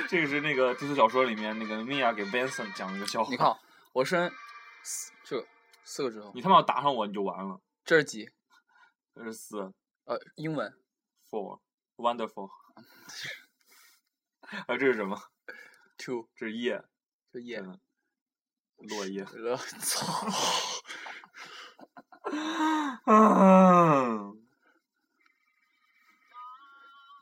[SPEAKER 3] 这个是那个低俗小说里面那个米娅给 Vincent 讲的一个笑话。
[SPEAKER 2] 你，看我伸四这四个指头，
[SPEAKER 3] 你他妈要打上我你就完了。
[SPEAKER 2] 这是几？
[SPEAKER 3] 二十四
[SPEAKER 2] 呃，英文
[SPEAKER 3] ，four
[SPEAKER 2] [LAUGHS]
[SPEAKER 3] wonderful。啊，这是什么？
[SPEAKER 2] two
[SPEAKER 3] 这是叶
[SPEAKER 2] 就耶。
[SPEAKER 3] 嗯落叶。
[SPEAKER 2] 呃，操！
[SPEAKER 3] 嗯，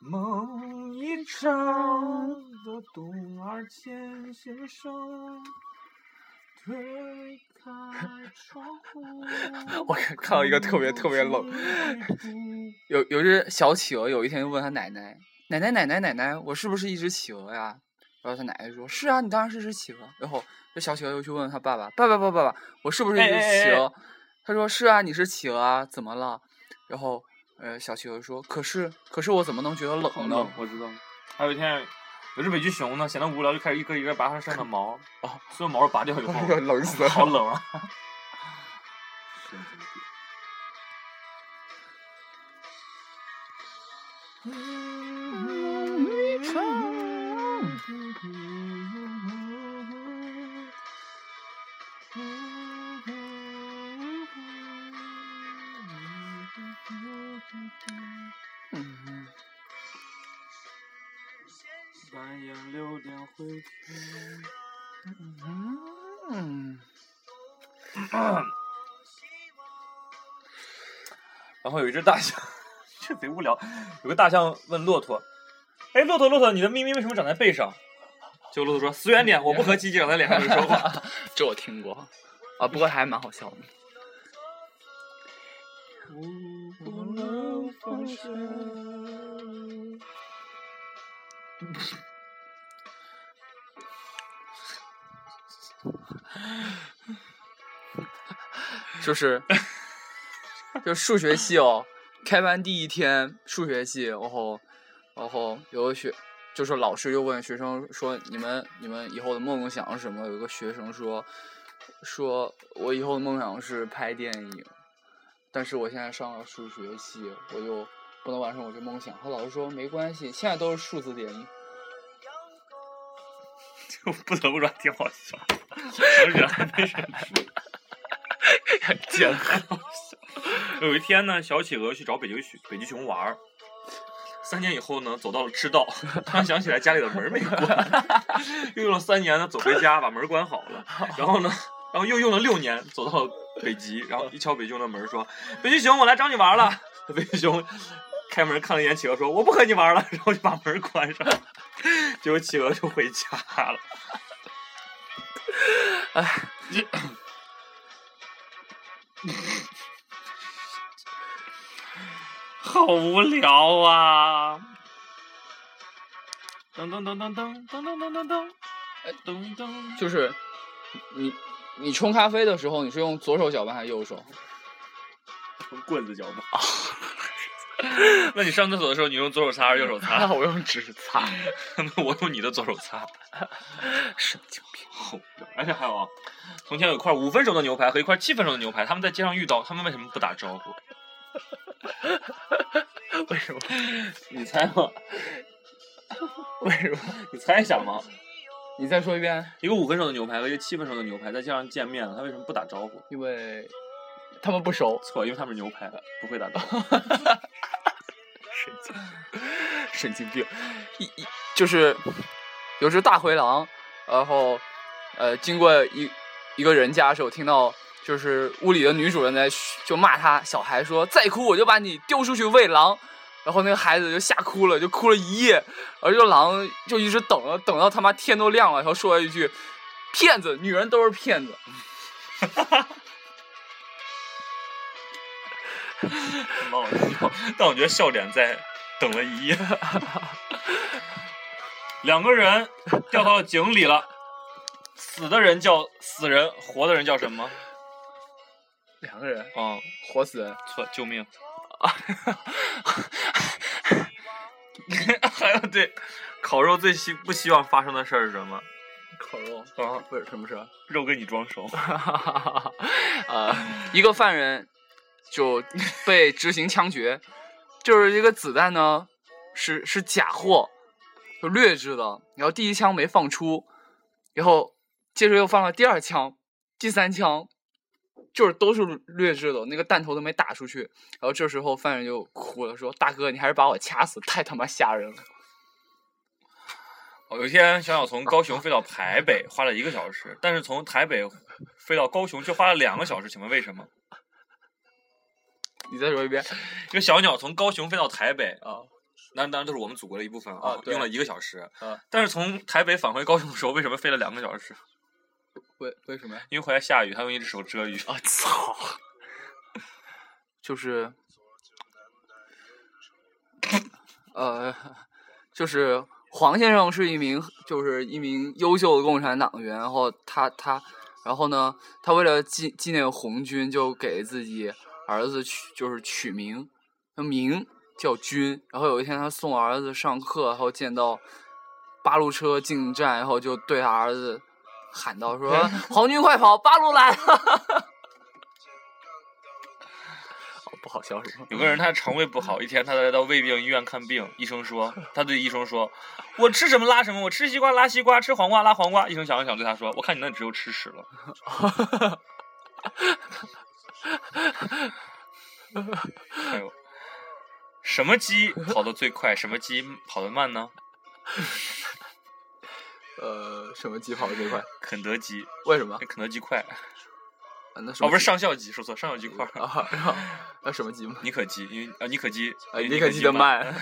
[SPEAKER 3] 梦一场的董二千先生推开窗户
[SPEAKER 2] 我看看到一个特别特别冷， [LAUGHS]
[SPEAKER 3] [LAUGHS]
[SPEAKER 2] 有有只小企鹅，有一天就问他奶奶：“奶奶，奶奶，奶奶，我是不是一只企鹅呀？”然后他奶奶说：“是啊，你当然是只企鹅。”然后这小企鹅又去问他爸爸：“爸爸，爸爸，爸爸，我是不是一只
[SPEAKER 3] 哎哎哎
[SPEAKER 2] 企
[SPEAKER 3] 哎
[SPEAKER 2] 鹅？”他说：“是啊，你是企鹅啊，怎么了？”然后，呃，小企鹅说：“可是，可是我怎么能觉得冷呢？”
[SPEAKER 3] 我知道。还有一天，有只北极熊呢，闲得无聊就开始一个一个拔它身上的毛，
[SPEAKER 2] 哦，
[SPEAKER 3] 所 [LAUGHS] 有毛都拔掉以后
[SPEAKER 2] 冷死了
[SPEAKER 3] 好冷啊！
[SPEAKER 2] 嗯嗯，
[SPEAKER 3] 半夜六点回去。
[SPEAKER 2] 嗯，
[SPEAKER 3] [CLEARS THROAT] 然后有一只大象， [LAUGHS] 这贼无聊。有个大象问骆驼：“哎，骆驼，骆驼，你的咪咪为什么长在背上？”就骆驼说：“死远点，啊我不和鸡鸡长在脸上的人说话。
[SPEAKER 2] 这我听过啊，不过还蛮好笑的。就是，就数学系哦，开班第一天数学系，然后，然后有个学，就是老师就问学生说：“你们你们以后的梦想是什么？”有一个学生说：“说我以后的梦想是拍电影，但是我现在上了数学系，我就不能完成我这梦想。”他老师说：“没关系，现在都是数字典语。””
[SPEAKER 3] [LAUGHS] 就不得不说挺好笑，什么人还没人
[SPEAKER 2] 简单。
[SPEAKER 3] 有一天呢，小企鹅去找北极熊北极熊玩儿。三年以后呢，走到了赤道，突然想起来家里的门儿没关， [LAUGHS] 又用了三年呢，走回家把门儿关好了。然后呢，然后又用了六年，走到了北极，然后一敲北极熊的门儿说：“北极熊，我来找你玩儿了。” [LAUGHS] 北极熊开门看了一眼企鹅，说：“我不和你玩儿了。”然后就把门儿关上，结果企鹅就回家了。哎 [LAUGHS] 好无聊啊！噔噔噔噔噔噔噔噔噔噔，哎噔噔，
[SPEAKER 2] 就是你你冲咖啡的时候，你是用左手搅拌还是右 [LAUGHS] 手？
[SPEAKER 3] 用棍子搅拌。 [LAUGHS] 那你上厕所的时候，你用左手擦还是右手
[SPEAKER 2] [LAUGHS]
[SPEAKER 3] 擦？
[SPEAKER 2] 那啊我用纸擦。
[SPEAKER 3] 那我用你的左手擦。
[SPEAKER 2] 神经病！
[SPEAKER 3] 好无聊而且还有啊，从前有一块五分熟的牛排和一块七分熟的牛排，他们在街上遇到，他们为什么不打招呼？
[SPEAKER 2] [LAUGHS] 为什么？
[SPEAKER 3] 你猜吗？ [LAUGHS]
[SPEAKER 2] 为什么？
[SPEAKER 3] 你猜一下嘛？
[SPEAKER 2] 你再说一遍，
[SPEAKER 3] 一个五分熟的牛排和一个七分熟的牛排在街上见面了，他为什么不打招呼？
[SPEAKER 2] 因为他们不熟。
[SPEAKER 3] 错，因为他们是牛排，不会打招呼。
[SPEAKER 2] 神经，神经病！一一就是有只大灰狼，然后呃，经过一一个人家的时候，听到就是屋里的女主人在嘘就骂他小孩说：“再哭我就把你丢出去喂狼。”然后那个孩子就吓哭了，就哭了一夜，而这狼就一直等了，等到他妈天都亮了，然后说了一句：“骗子，女人都是骗子。
[SPEAKER 3] 蛮好笑， [LAUGHS] 但我觉得笑点在等了一夜。 [LAUGHS] 两个人掉到了井里了，死的人叫死人，活的人叫什么？”
[SPEAKER 2] 两个人
[SPEAKER 3] 嗯，
[SPEAKER 2] 活死人，
[SPEAKER 3] 错，救命！ [LAUGHS] 还有对，烤肉最希不希望发生的事儿是什么？
[SPEAKER 2] 烤肉
[SPEAKER 3] 啊，
[SPEAKER 2] 不是什么事儿。
[SPEAKER 3] 肉跟你装熟。
[SPEAKER 2] 哈， [LAUGHS] 呃，一个犯人就被执行枪决，就是一个子弹呢是是假货，就劣质的，然后第一枪没放出，然后接着又放了第二枪、第三枪，就是都是劣质的，那个弹头都没打出去，然后这时候犯人就哭了，说：“大哥，你还是把我掐死，太他妈吓人了。
[SPEAKER 3] 哦有一天，小小从高雄飞到台北花了一个小时，但是从台北飞到高雄却花了两个小时，请问为什么？”
[SPEAKER 2] 你再说一遍呃
[SPEAKER 3] 一个小鸟从高雄飞到台北啊，那当然都是我们祖国的一部分
[SPEAKER 2] 啊对
[SPEAKER 3] 用了一个小时。
[SPEAKER 2] 啊
[SPEAKER 3] 但是从台北返回高雄的时候，为什么飞了两个小时？
[SPEAKER 2] 为为什么呀？
[SPEAKER 3] 因为回来下雨，他用一只手遮雨。
[SPEAKER 2] 啊操！ [LAUGHS] 就是，呃，就是黄先生是一名就是一名优秀的共产党员，然后他他，然后呢，他为了纪纪念红军，就给自己儿子取就是取名，那名叫军。然后有一天他送儿子上课，然后见到八路车进站，然后就对他儿子喊道说：“红军快跑，八路来 [LAUGHS] 了！”好哦不好笑是吗？
[SPEAKER 3] 有个人他肠胃不好，一天他来到胃病医院看病，医生说，他对医生说，我吃什么拉什么，我吃西瓜拉西瓜，吃黄瓜拉黄瓜。医生想了想，对他说，我看你那只有吃屎了。 [LAUGHS] 还有，什么鸡跑得最快，什么鸡跑得慢呢？
[SPEAKER 2] 呃什么鸡跑最快？
[SPEAKER 3] 肯德基，
[SPEAKER 2] 为什么？
[SPEAKER 3] 肯德基快
[SPEAKER 2] 啊那什
[SPEAKER 3] 哦，
[SPEAKER 2] 么
[SPEAKER 3] 不是
[SPEAKER 2] 鸡
[SPEAKER 3] 上校鸡，说错，上校鸡快。 [LAUGHS]
[SPEAKER 2] 啊，然后那什么鸡嘛？
[SPEAKER 3] 妮可基，因为啊，妮可基，
[SPEAKER 2] 呃，
[SPEAKER 3] 因为
[SPEAKER 2] 你可记得
[SPEAKER 3] 嘛？
[SPEAKER 2] 慢，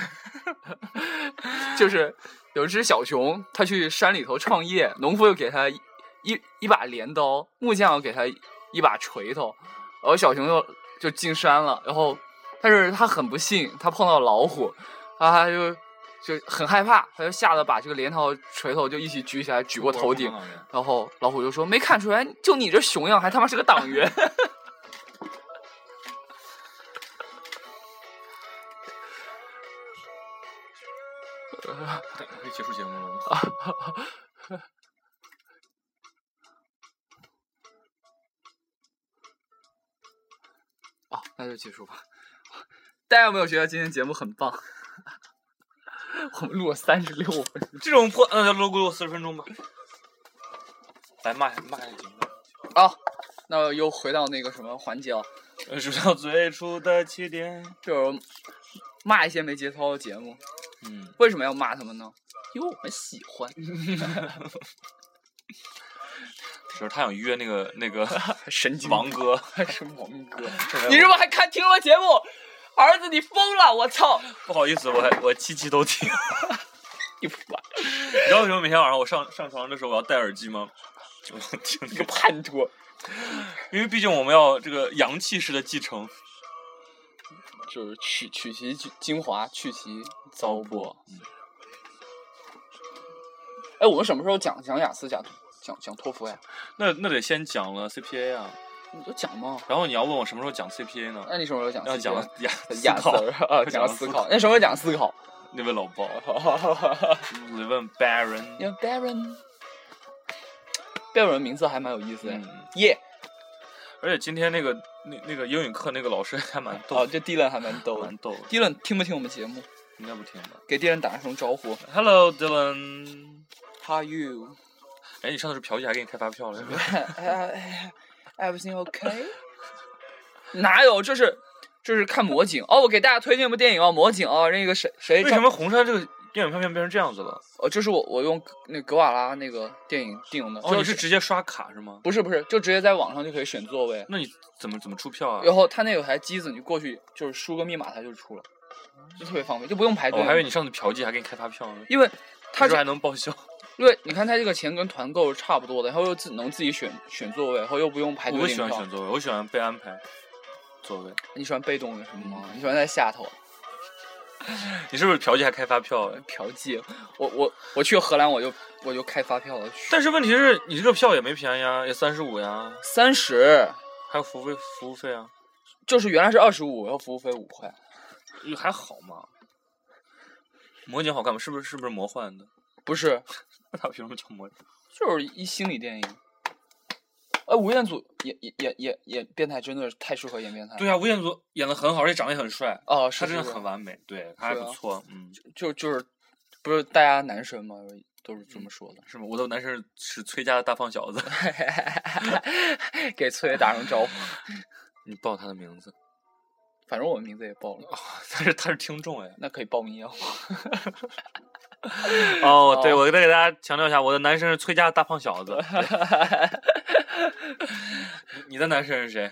[SPEAKER 2] 就是有一只小熊，它去山里头创业，农夫又给它一一一把镰刀，木匠又给它一把锤头，然后小熊又就进山了，然后但是他很不幸，他碰到老虎，然后他就就很害怕，他就吓得把这个镰刀、锤头就一起举起来，举过头顶，然后老虎就说：“没看出来，就你这熊样，还他妈是个党员。”
[SPEAKER 3] 可以结束节目了吗？
[SPEAKER 2] 哦，那就结束吧。 [LAUGHS] 大家有没有觉得今天节目很棒？ [LAUGHS] 我们录了三十六分钟
[SPEAKER 3] 这种破，那就录过四十分钟吧。来骂一下骂一下节目。
[SPEAKER 2] 啊、那又回到那个什么环节了，
[SPEAKER 3] 呃，数到最初的起点。
[SPEAKER 2] 就是骂一些没节操的节目。
[SPEAKER 3] 嗯，
[SPEAKER 2] 为什么要骂他们呢？因为我们喜欢。
[SPEAKER 3] 就是他想约那个那个
[SPEAKER 2] [LAUGHS] 神经
[SPEAKER 3] 王
[SPEAKER 2] [LAUGHS]
[SPEAKER 3] 哥，
[SPEAKER 2] 还是王哥？你
[SPEAKER 3] 你
[SPEAKER 2] 是不是还看听了节目？儿子，你疯了！我操！
[SPEAKER 3] 不好意思，我还我七期都听。
[SPEAKER 2] [LAUGHS]
[SPEAKER 3] [LAUGHS]
[SPEAKER 2] 你不管
[SPEAKER 3] 你知道为什么每天晚上我上上床的时候我要戴耳机吗？我听 [LAUGHS]
[SPEAKER 2] 你个叛徒！
[SPEAKER 3] 因为毕竟我们要这个洋气式的继承。
[SPEAKER 2] 就是取取其精华，去其糟粕。嗯哎，我们什么时候讲讲雅思，讲讲讲托福呀？
[SPEAKER 3] 那那得先讲了 CPA 啊，
[SPEAKER 2] 你就讲嘛。
[SPEAKER 3] 然后你要问我什么时候讲 CPA 呢？
[SPEAKER 2] 那你什么时候讲？
[SPEAKER 3] 要讲了雅
[SPEAKER 2] 呃 [LAUGHS] 雅
[SPEAKER 3] 思
[SPEAKER 2] 思
[SPEAKER 3] 考，
[SPEAKER 2] 啊，讲思考。那什么时候讲思考？
[SPEAKER 3] 你问老包，你问 Baron，
[SPEAKER 2] 因为 Baron，Baron 的名字还蛮有意思的。
[SPEAKER 3] 嗯，
[SPEAKER 2] 耶，
[SPEAKER 3] 而且今天那个那那个英语课那个老师还蛮
[SPEAKER 2] 哦，
[SPEAKER 3] 逗，
[SPEAKER 2] 这 Dylan 还蛮
[SPEAKER 3] [LAUGHS]
[SPEAKER 2] 逗的
[SPEAKER 3] 蛮。逗的，
[SPEAKER 2] Dylan 听不听我们节目？
[SPEAKER 3] 应该不听吧
[SPEAKER 2] 给 Dylan 打个声招呼。
[SPEAKER 3] ？Hello Dylan，
[SPEAKER 2] How are you？
[SPEAKER 3] 哎，你上次是嫖妓还给你开发票了？
[SPEAKER 2] 哎 Everything okay？哪有？这是这是看魔警哦！我给大家推荐一部电影哦，魔警哦，那个谁谁
[SPEAKER 3] 为什么红山这个电影票面变成这样子了？
[SPEAKER 2] 哦，就是我我用那格瓦拉那个电影订的，
[SPEAKER 3] 哦，
[SPEAKER 2] 就
[SPEAKER 3] 你是直接刷卡是吗？
[SPEAKER 2] 不是不是，就直接在网上就可以选座位，
[SPEAKER 3] 那你怎么怎么出票啊？
[SPEAKER 2] 然后他那有台机子，你过去就是输个密码，它就出了，就特别方便，就不用排队。
[SPEAKER 3] 哦我还以为你上次嫖妓还给你开发票呢，
[SPEAKER 2] 因为他
[SPEAKER 3] 你说还能报销。
[SPEAKER 2] 因为你看他这个钱跟团购是差不多的，然后又自能自己选选座位，然后又不用排
[SPEAKER 3] 我
[SPEAKER 2] 队
[SPEAKER 3] 不
[SPEAKER 2] 领
[SPEAKER 3] 喜欢
[SPEAKER 2] 票
[SPEAKER 3] 选座位，我喜欢被安排座位。
[SPEAKER 2] 你喜欢被动的什么吗？你喜欢在下头？
[SPEAKER 3] 你是不是嫖妓还开发票？啊
[SPEAKER 2] 嫖妓，我我我去荷兰我就我就开发票了，
[SPEAKER 3] 但是问题是你这个票也没便宜啊，也三十五呀，
[SPEAKER 2] 三十
[SPEAKER 3] 还有服务费服务费啊，
[SPEAKER 2] 就是原来是二十五，然后服务费五块，
[SPEAKER 3] 也还好嘛。魔警好看吗？是不是是不是魔幻的？
[SPEAKER 2] 不是，
[SPEAKER 3] 那他凭什么叫魔警？
[SPEAKER 2] 就是一心理电影。哎，吴彦祖演演演演演变态真的是太适合演变态。
[SPEAKER 3] 对啊，吴彦祖演的很好，而且长得也很帅，
[SPEAKER 2] 哦，是
[SPEAKER 3] 他真的
[SPEAKER 2] 是
[SPEAKER 3] 很完美，对他还
[SPEAKER 2] 是啊
[SPEAKER 3] 不错，嗯，
[SPEAKER 2] 就就是不是大家男神嘛，都是这
[SPEAKER 3] 嗯
[SPEAKER 2] 么说的。 [LAUGHS]
[SPEAKER 3] 是吗？我的男神是崔家的大胖小子， [LAUGHS]
[SPEAKER 2] 给崔爷打声招呼，
[SPEAKER 3] 你报他的名字，
[SPEAKER 2] 反正我名字也报了，
[SPEAKER 3] [LAUGHS] 但是他是听众 [LAUGHS] 哎。
[SPEAKER 2] 那可以报名啊要。
[SPEAKER 3] 哦，对，
[SPEAKER 2] 哦
[SPEAKER 3] 我再给大家强调一下，我的男神是崔家的大胖小 [LAUGHS] 子，你的男神是谁？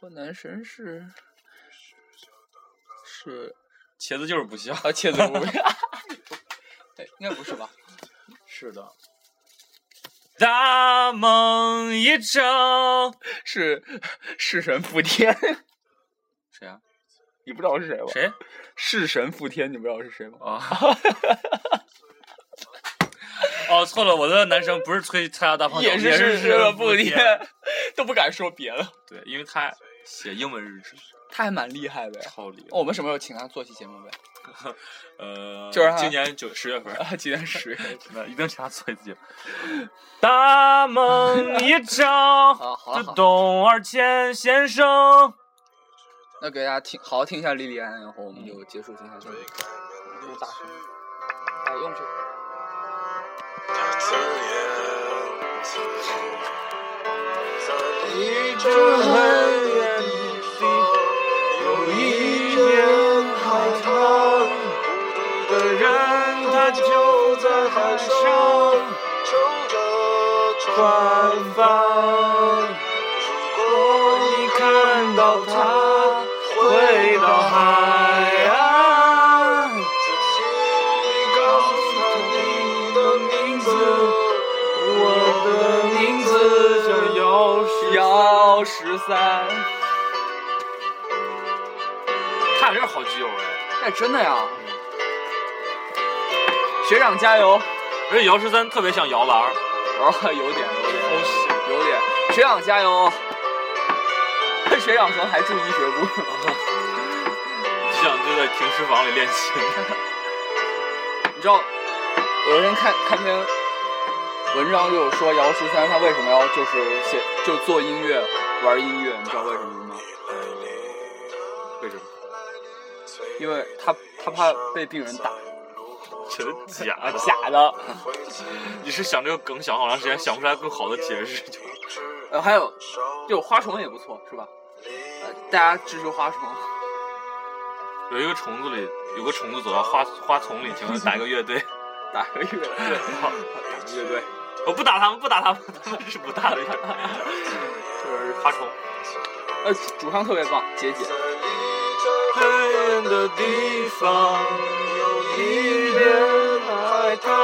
[SPEAKER 2] 我男神是是
[SPEAKER 3] 茄子就是不笑。
[SPEAKER 2] 啊，切子 [LAUGHS] 屋。哎，应该不是吧？
[SPEAKER 3] 是的。大梦一场。
[SPEAKER 2] [LAUGHS] 是弑神覆天，
[SPEAKER 3] 谁啊？
[SPEAKER 2] 你不知道是谁吧？
[SPEAKER 3] 谁？
[SPEAKER 2] 弑神覆天，你不知道是谁吗？
[SPEAKER 3] 啊。哦，错了，我的男神不是崔蔡家大胖小
[SPEAKER 2] [LAUGHS]
[SPEAKER 3] 子，
[SPEAKER 2] 也是弑神
[SPEAKER 3] 了
[SPEAKER 2] 覆天， [LAUGHS] 都不敢说别的。
[SPEAKER 3] 对，因为他写英文日志，
[SPEAKER 2] 他还蛮厉害的呀。
[SPEAKER 3] 超厉害。
[SPEAKER 2] 哦我们什么时候请他做期节目呗？
[SPEAKER 3] 呃，
[SPEAKER 2] 就是他
[SPEAKER 3] 今年九十月份， [LAUGHS]
[SPEAKER 2] 啊， [LAUGHS] 今天十月
[SPEAKER 3] 那一定请他做一次。大梦一 [LAUGHS] 场，
[SPEAKER 2] 啊，好了好了，
[SPEAKER 3] 董二千先生。
[SPEAKER 2] 那给大家听，好好听一下莉莉安，然后我们就结束今天的节目。
[SPEAKER 1] 推
[SPEAKER 2] 大声，哎，用这个。
[SPEAKER 1] 他自言自语，在一直很远的地方，有一片海滩，孤独的人他就在海上，中的船
[SPEAKER 3] 船帆。
[SPEAKER 1] 如
[SPEAKER 3] 如果
[SPEAKER 1] 果
[SPEAKER 3] 你
[SPEAKER 1] 你
[SPEAKER 3] 看
[SPEAKER 1] 看
[SPEAKER 3] 到
[SPEAKER 1] 到
[SPEAKER 3] 它
[SPEAKER 1] 它
[SPEAKER 3] 回
[SPEAKER 1] 回
[SPEAKER 3] 到
[SPEAKER 1] 到
[SPEAKER 3] 海
[SPEAKER 1] 海
[SPEAKER 3] 岸
[SPEAKER 1] 岸，就请你告诉它你的名字，
[SPEAKER 3] 我的名字叫姚十
[SPEAKER 2] 幺十三，
[SPEAKER 3] 他俩真是好基友哎！
[SPEAKER 2] 哎，真的呀！学长加油！
[SPEAKER 3] 而且姚十三特别像摇篮儿，
[SPEAKER 2] 哦，有点，有点。
[SPEAKER 3] 偷袭。
[SPEAKER 2] 有点。学长加油！学长可能还住医学部。
[SPEAKER 3] 你想就在停尸房里练琴，
[SPEAKER 2] 你知道，有人看看篇文章就有说姚十三他为什么要就是写就做音乐玩音乐，你知道为什么吗？
[SPEAKER 3] 为什么？
[SPEAKER 2] 因为他他怕被病人打。
[SPEAKER 3] 真假
[SPEAKER 2] 啊，
[SPEAKER 3] 的？
[SPEAKER 2] 假的。
[SPEAKER 3] [LAUGHS] 你是想这个梗想好长时间，想不出来更好的解释就。
[SPEAKER 2] 呃，还有就花虫也不错，是吧？呃，大家支持花虫。
[SPEAKER 3] 有一个虫子里，有个虫子走到花花丛里，请问打一个乐队？
[SPEAKER 2] 打个乐队，打个乐队，
[SPEAKER 3] 我不打他们，不打他们，他们是不大 [LAUGHS] 的乐队。
[SPEAKER 2] 就是
[SPEAKER 3] 花虫。
[SPEAKER 2] 呃主唱特别棒，杰姐。
[SPEAKER 3] 黑暗的地方有一片海滩。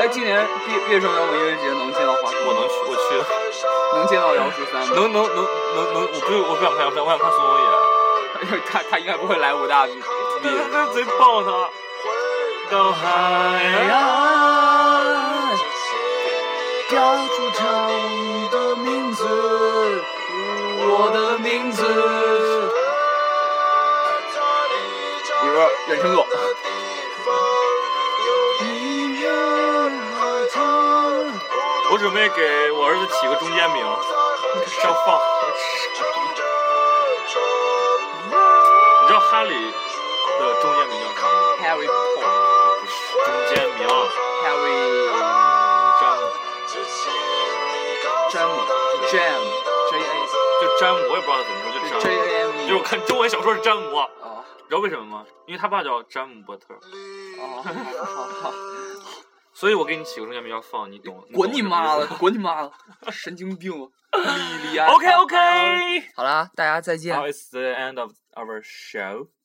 [SPEAKER 2] 哎，今年毕毕业生摇滚音乐节能见到花虫，
[SPEAKER 3] 我能去，我去，
[SPEAKER 2] 能见到姚十三吗？ [LAUGHS]
[SPEAKER 3] 能能能能能，我不我不想看杨帆，我想看苏东野。
[SPEAKER 2] 他他应该不会来武大比比。
[SPEAKER 3] 那贼棒他。到海
[SPEAKER 2] 岸，
[SPEAKER 3] 标出他的名字，我的名字。
[SPEAKER 2] 比如说远程狗，
[SPEAKER 3] 我准备给我儿子起个中间名，叫放。啊你知道哈利的中间名啊叫啥吗？
[SPEAKER 2] Harry Potter，Harry
[SPEAKER 3] 不是中间名，
[SPEAKER 2] 詹
[SPEAKER 3] 詹姆，
[SPEAKER 2] 姆，Jam J A
[SPEAKER 3] 就詹姆，我也不知道他怎么说，就
[SPEAKER 2] J
[SPEAKER 3] 詹姆。
[SPEAKER 2] A M
[SPEAKER 3] 就
[SPEAKER 2] E，
[SPEAKER 3] 是我看中文小说是詹姆，啊你
[SPEAKER 2] 哦
[SPEAKER 3] 知道为什么吗？因为他爸叫詹姆伯特，
[SPEAKER 2] 哦，好好好，
[SPEAKER 3] 所以我给你起个中间名叫放，你懂？
[SPEAKER 2] 滚你妈
[SPEAKER 3] 的
[SPEAKER 2] 的，滚你妈的，神经病，莉莉安。
[SPEAKER 3] ！OK OK。
[SPEAKER 2] [LAUGHS] 好啦，大家再见。
[SPEAKER 3] Now it's the end of our show.